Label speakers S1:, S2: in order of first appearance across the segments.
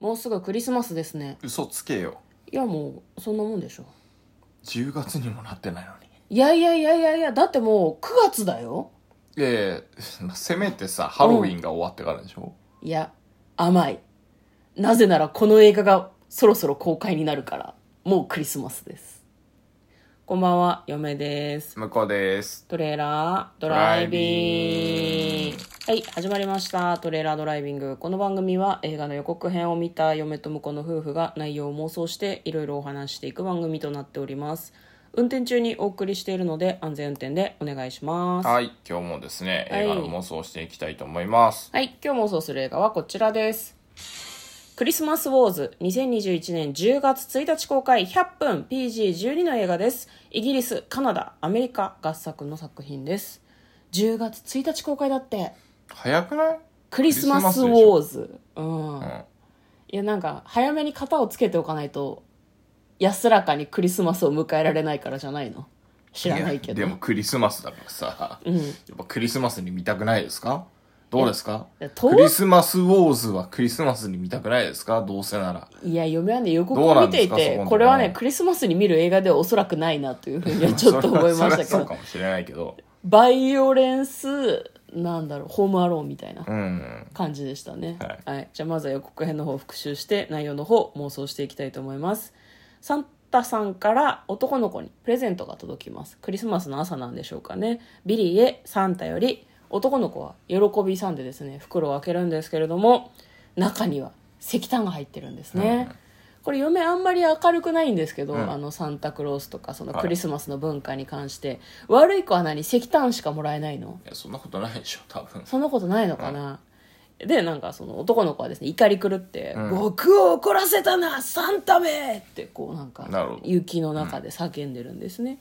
S1: もうすぐクリスマスですね
S2: 嘘つけよ
S1: いやもうそんなもんでしょ
S2: 10月にもなってないのに
S1: いやいやいやいやいやだってもう9月だよ
S2: いやいやせめてさハロウィンが終わってからでしょ、
S1: いや甘いなぜならこの映画がそろそろ公開になるからもうクリスマスですこんばんは嫁です
S2: 向こうです
S1: トレーラードライビングはい始まりましたトレーラードライビングこの番組は映画の予告編を見た嫁と婿の夫婦が内容を妄想していろいろお話していく番組となっております運転中にお送りしているので安全運転でお願いしますはい、
S2: はい今日もですね
S1: はい
S2: 映画の妄想をしていきたいと思います、
S1: 今日妄想する映画はこちらですクリスマスウォーズ2021年10月1日公開100分 PG12 の映画ですイギリスカナダアメリカ合作の作品です10月1日公開だって
S2: 早くない
S1: クリスマスウォーズ、うん
S2: うん
S1: いやなんか早めに型をつけておかないと安らかにクリスマスを迎えられないからじゃないの知らないけど
S2: やでもクリスマスだからさ、
S1: うん
S2: やっぱクリスマスに見たくないですかどうですか
S1: いやと
S2: クリスマスウォーズはクリスマスに見たくないですかどうせなら
S1: いや嫁はね予告
S2: どう
S1: を
S2: な
S1: 見
S2: ん
S1: て
S2: で
S1: い
S2: すかそこの
S1: て
S2: ところ
S1: これはねクリスマスに見る映画ではおそらくないなというふうにはちょっと思いましたけ
S2: それはそう
S1: ど
S2: かもしれないけど
S1: バイオレンスなんだろうホームアローンみたいな
S2: うん
S1: 感じでしたね、
S2: はい
S1: じゃあまずは予告編の方を復習して内容の方妄想していきたいと思いますサンタさんから男の子にプレゼントが届きますクリスマスの朝なんでしょうかねビリーへサンタより男の子は喜びさんでですね袋を開けるんですけれども中には石炭が入ってるんですね、これ嫁あんまり明るくないんですけど、
S2: うん
S1: あのサンタクロースとかそのクリスマスの文化に関して、悪い子は何石炭しかもらえないの
S2: いやそんなことないでしょ多分
S1: そんなことないのかな、でなんかその男の子はですね怒り狂って「
S2: うん
S1: 僕を怒らせたなサンタめ!」ってこうなんか
S2: なるほど
S1: 雪の中で叫んでるんですね、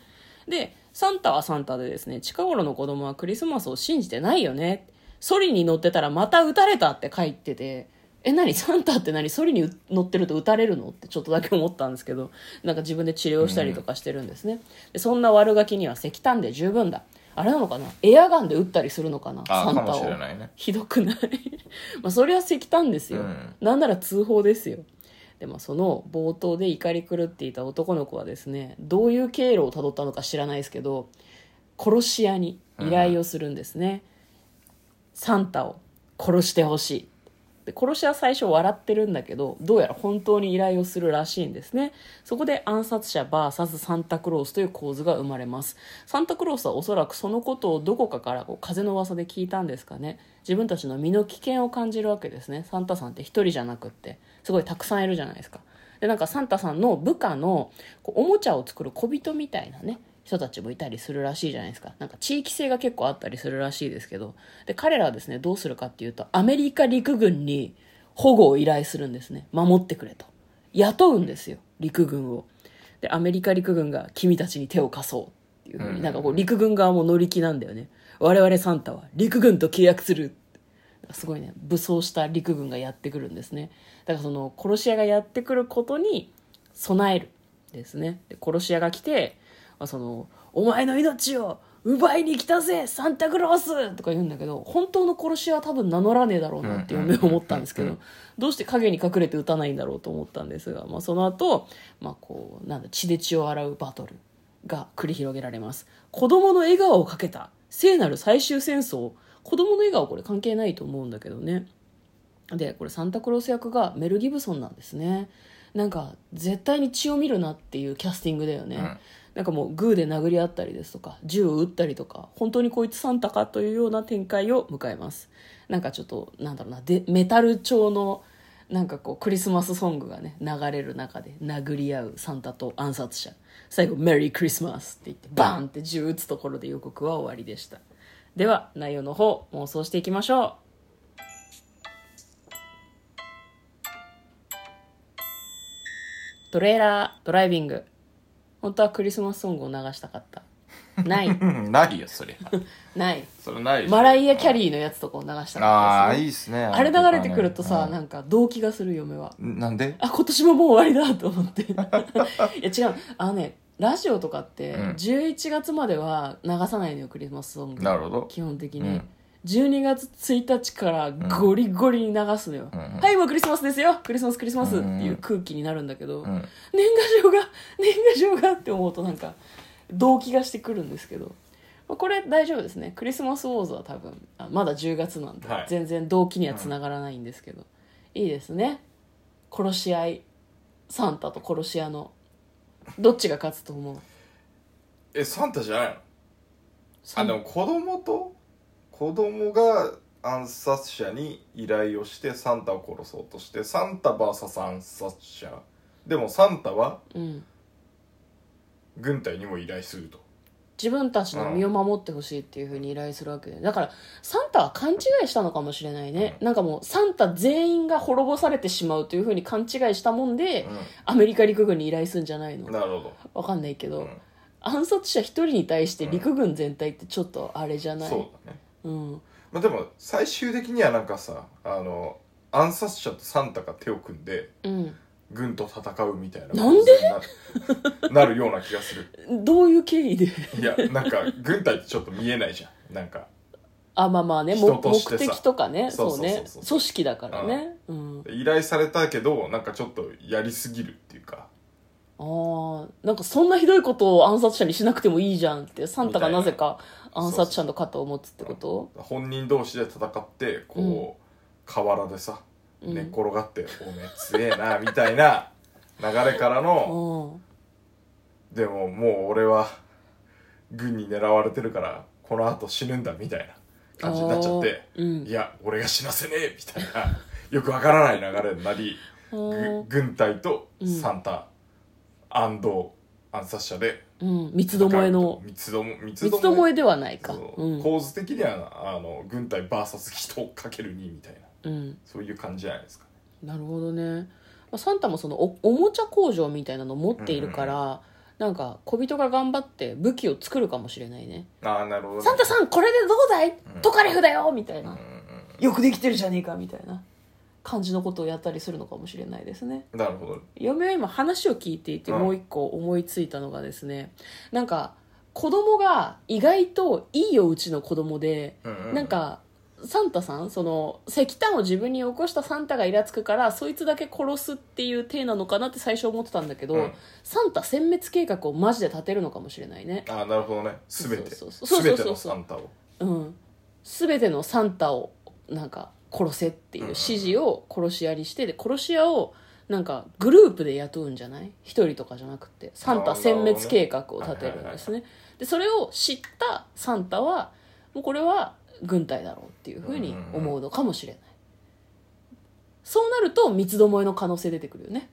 S1: でサンタはサンタでですね近頃の子供はクリスマスを信じてないよねソリに乗ってたらまた撃たれたって書いててえ何サンタって何ソリに乗ってると撃たれるのってちょっとだけ思ったんですけどなんか自分で治療したりとかしてるんですね、でそんな悪ガキには石炭で十分だあれなのかなエアガンで撃ったりするのかな
S2: あ
S1: サンタ
S2: かもし
S1: を
S2: れないね
S1: ひどくない まあそれは石炭ですよ、
S2: うん
S1: なんなら通報ですよでまあその冒頭で怒り狂っていた男の子はですねどういう経路をたどったのか知らないですけど殺し屋に依頼をするんですね、サンタを殺してほしいで殺し屋は最初笑ってるんだけどどうやら本当に依頼をするらしいんですねそこで暗殺者 VS サンタクロースという構図が生まれますサンタクロースはおそらくそのことをどこかからこう風の噂で聞いたんですかね自分たちの身の危険を感じるわけですねサンタさんって一人じゃなくってすごいたくさんいるじゃないですかでなんかサンタさんの部下のこうおもちゃを作る小人みたいなね人たちもいたりするらしいじゃないですかなんか地域性が結構あったりするらしいですけどで彼らはですねどうするかっていうとアメリカ陸軍に保護を依頼するんですね守ってくれと雇うんですよ陸軍をでアメリカ陸軍が君たちに手を貸そうっていうふうに、
S2: うん
S1: なんかこう陸軍側も乗り気なんだよね我々サンタは陸軍と契約するすごいね武装した陸軍がやってくるんですねだからその殺し屋がやってくることに備えるですねで殺し屋が来て、まあ、その「お前の命を奪いに来たぜサンタクロース!」とか言うんだけど本当の殺し屋は多分名乗らねえだろうなって嫁は思ったんですけ
S2: うんうんうんうんうん
S1: どどうして影に隠れて撃たないんだろうと思ったんですが、まあ、その後、まあこうなんだ血で血を洗うバトルが繰り広げられます子供の笑顔をかけた聖なる最終戦争子供の笑顔これ関係ないと思うんだけどねでこれサンタクロース役がメル・ギブソンなんですねなんか絶対に血を見るなっていうキャスティングだよね、
S2: うん
S1: なんかもうグーで殴り合ったりですとか銃を撃ったりとか本当にこいつサンタかというような展開を迎えますなんかちょっとなんだろうなでメタル調のなんかこうクリスマスソングがね流れる中で殴り合うサンタと暗殺者最後「メリークリスマス」って言ってバーンって銃撃つところで予告は終わりでしたでは内容の方妄想していきましょうトレーラードライビング本当はクリスマスソングを流したかったない
S2: うんないよそれ
S1: ない
S2: それないでしょ
S1: マライア・キャリーのやつとかを流したか
S2: あ
S1: った
S2: あ
S1: です、
S2: いい
S1: ね、
S2: っすね
S1: あれ流れてくるとさ、
S2: うん
S1: なんか動機がする嫁は
S2: なんで
S1: あ今年ももう終わりだと思って いや違うあのねラジオとかって
S2: うん
S1: 11月までは流さないのよクリスマスソング
S2: なるほど
S1: 基本的に、
S2: うん
S1: 12月1日からゴリゴリに流すのよ、
S2: うんうん
S1: はいもうクリスマスですよクリスマスクリスマスって
S2: うん
S1: いう空気になるんだけど、
S2: うん
S1: 年賀状が 年賀状がって思うとなんか動機がしてくるんですけど、まあ、これ大丈夫ですねクリスマスウォーズは多分あまだ10月なんで、
S2: はい
S1: 全然動機にはつながらないんですけど、いいですね殺し合いサンタと殺し屋のどっちが勝つと思う
S2: えサンタじゃないの
S1: サ
S2: あ
S1: ン
S2: でも子供と子供が暗殺者に依頼をしてサンタを殺そうとしてサンタ VS 暗殺者でもサンタは
S1: うん、
S2: 軍隊にも依頼すると
S1: 自分たちの身を守ってほしいっていうふうに依頼するわけでだからサンタは勘違いしたのかもしれないね、なんかもうサンタ全員が滅ぼされてしまうというふうに勘違いしたもんで、アメリカ陸軍に依頼するんじゃないの
S2: なるほ
S1: わかんないけど、
S2: ど、うん
S1: 暗殺者一人に対して陸軍全体ってちょっとあれじゃない、
S2: そうだね
S1: うん、
S2: まあでも最終的にはなんかさあの暗殺者とサンタが手を組んで
S1: う
S2: 軍と戦うみたいな
S1: なんで
S2: 感じになる なるような気がする
S1: ん、どういう経緯で
S2: いやなんか軍隊ってちょっと見えないじゃんなんか
S1: あまあまあねも
S2: 人として
S1: 目
S2: さ
S1: 的とかね
S2: そう
S1: そ
S2: そううそうそう
S1: ね組織だからね、うん、
S2: 依頼されたけどなんかちょっとやりすぎるっていうか
S1: あーなんかそんなひどいことを暗殺者にしなくてもいいじゃんってサンタがなぜか暗殺者の肩を持つってこと
S2: 本人同士で戦ってこう、河原でさ
S1: うん
S2: 寝っ転がって「おめえ強えな」みたいな流れからの
S1: うん
S2: でももう俺は軍に狙われてるからこのあと死ぬんだみたいな感じになっちゃって
S1: あーうん
S2: いや俺が死なせねえ」みたいなよくわからない流れになり
S1: あ
S2: ぐ
S1: ー
S2: 軍隊とサンタ暗殺者で
S1: うん三つどもえの
S2: 三つども三つ
S1: 三つ
S2: ど
S1: ど
S2: も
S1: も
S2: え
S1: えではないか、
S2: そううん構図的にはあの軍隊 VS 人をかける2みたいな
S1: うん、
S2: そういう感じじゃないですかね
S1: なるほどね、まあ、サンタもそのおおもちゃ工場みたいなの持っているから、なんか小人が頑張って武器を作るかもしれないね
S2: ああなるほど、
S1: 「
S2: ね、
S1: サンタさんこれでどうだい
S2: うん
S1: トカレフだよ!」みたい
S2: うん
S1: な
S2: う、ん
S1: よくできてるじゃねえか!」みたいな感じのことをやったりするのかもしれないですね
S2: うんなるほど
S1: 嫁は今話を聞いていて
S2: うん
S1: もう一個思いついたのがですね、なんか子供が意外といいようちの子供で
S2: うんう
S1: なんかサンタさんその石炭を自分に起こしたサンタがイラつくからそいつだけ殺すっていう体なのかなって最初思ってたんだけど、
S2: うん
S1: サンタ殲滅計画をマジで立てるのかもしれないね、
S2: ああなるほどね全て
S1: そうそうそう
S2: 全て
S1: そうそうそう
S2: のサンタを
S1: うん、全てのサンタをなんか殺せっていう指示を殺し屋にしてで殺し屋をなんかグループで雇うんじゃない一人とかじゃなくてサンタ殲滅計画を立てるんですねでそれを知ったサンタはもうこれは軍隊だろうっていうふうに思うのかもしれないそうなると三つどもえの可能性出てくるよね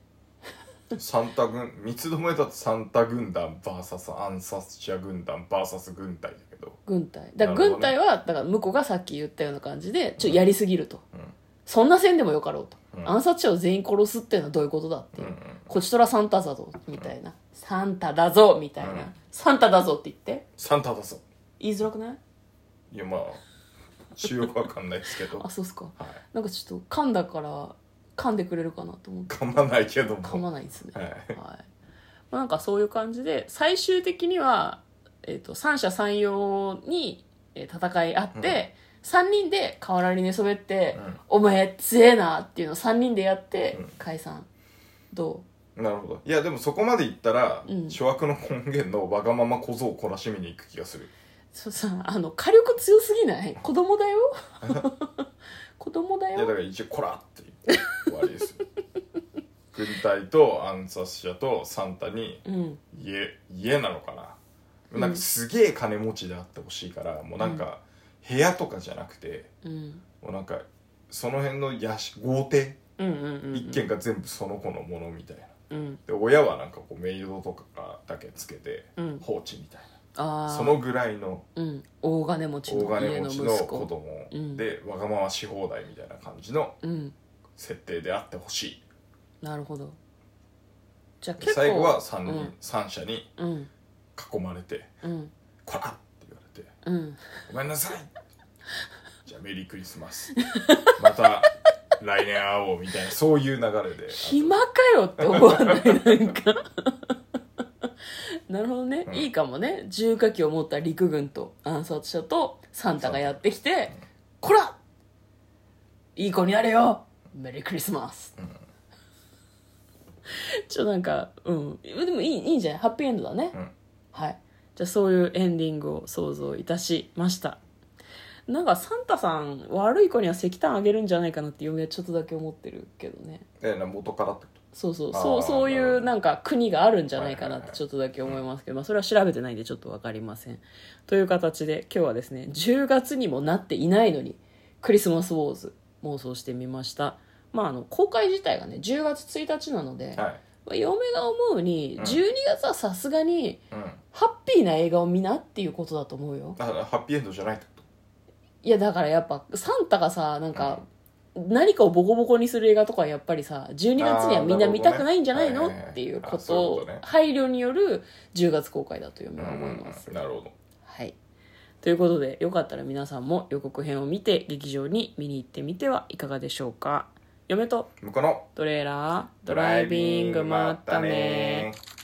S2: サンタ軍三つどもえだとサンタ軍団 VS 暗殺者軍団 VS 軍隊だけど
S1: 軍隊だから
S2: なるほどね
S1: 軍隊はだから向こうがさっき言ったような感じでちょっとやりすぎると、
S2: うん
S1: そんな線でもよかろうと、
S2: うん
S1: 暗殺者を全員殺すっていうのはどういうことだっていう、
S2: うんうん
S1: こちとらサンタだぞみたいな、サンタだぞみたいな、
S2: うん
S1: サンタだぞって言って
S2: サンタだぞ
S1: 言いづらくない
S2: いやまあ主要わかんないですけど、
S1: あ
S2: は
S1: そうっすか
S2: い、
S1: なんかちょっと噛んだから噛んでくれるかなと思って
S2: 噛まないけども
S1: 噛まないですね
S2: はい
S1: はいまあ、なんかそういう感じで最終的には、えー、と三者三様にえー戦い合って、三3人で河原に寝そべって
S2: うん
S1: 「お前強えな」っていうのを3人でやって、
S2: うん
S1: 解散ど
S2: なるほどいやでもそこまでいったら、
S1: うん
S2: 諸悪の根源のわがまま小僧を懲らしみに行く気がする
S1: うそうさあの火力強すぎない子供だ よ子供だ
S2: いやだ
S1: よ
S2: から一応「こら!」って言って終わりです よ軍隊と暗殺者とサンタに
S1: うん
S2: 家家なのかな、
S1: うん
S2: なんかすげえ金持ちであってほしいからもうなんか部屋とかじゃなくて
S1: うん
S2: もうなんかその辺のやし豪邸
S1: うんうんうんうん
S2: 一軒が全部その子のものみたいな
S1: うん
S2: で親はなんかこうメイドとかだけつけて
S1: うん
S2: 放置みたい
S1: あ
S2: な
S1: あ
S2: そのぐらいの
S1: うん大金持ちの
S2: 大
S1: 家
S2: 金
S1: の
S2: 持
S1: 息
S2: ち
S1: 子
S2: の子
S1: うん
S2: 供でわがままし放題みたいな感じの
S1: うん
S2: 設定であってほしい
S1: なるほどじゃあ
S2: で
S1: 結構
S2: 最後は3
S1: う
S2: 人
S1: ん、
S2: 三者に
S1: うん
S2: 囲まれて
S1: うん
S2: 「こら!」って言われて
S1: うん
S2: 「ごめんなさい!」じゃあメリークリスマスまた来年会おうみたいなそういう流れで
S1: 暇かよって思わないなんかなるほどね、
S2: うん
S1: いいかもね重火器を持った陸軍と暗殺者とサンタがやってきて、こらいい子になれよメリークリスマス、ちょっとなんかうんでもいいいいんじゃないハッピーエンドだね、
S2: うん
S1: はいじゃあそういうエンディングを想像いたしましたなんかサンタさん悪い子には石炭あげるんじゃないかなって嫁はちょっとだけ思ってるけどね
S2: えな元からってこと
S1: そうそう
S2: あー
S1: そうそうい
S2: なるほ
S1: う
S2: ど
S1: なんか国があるんじゃないかな
S2: はいは
S1: っ
S2: いは
S1: て
S2: い
S1: ちょっとだけ思いますけど、まあ、それは調べてないんでちょっと分かりませんという形で今日はですね10月にもなっていないのにクリスマスウォーズ妄想してみましたまああの公開自体がね10月1日なので、
S2: はい
S1: まあ嫁が思うに
S2: うん
S1: 12月はさすがに
S2: うん
S1: ハッピーな映画を見なっていうことだと思うよ
S2: だからハッピーエンドじゃないってこ
S1: いやだからやっぱサンタがさなんか何かをボコボコにする映画とかはやっぱりさ12月にはみんな見たくないんじゃないの、
S2: あーなるほどね
S1: っていうこ
S2: はい
S1: と
S2: はいはいあそういうこ
S1: を
S2: とね
S1: 配慮による10月公開だと
S2: と
S1: 嫁は思います、
S2: うんなるほど
S1: はいということでよかったら皆さんも予告編を見て劇場に見に行ってみてはいかがでしょうか嫁と
S2: 向こうの
S1: トレーラードライビングまったね
S2: ー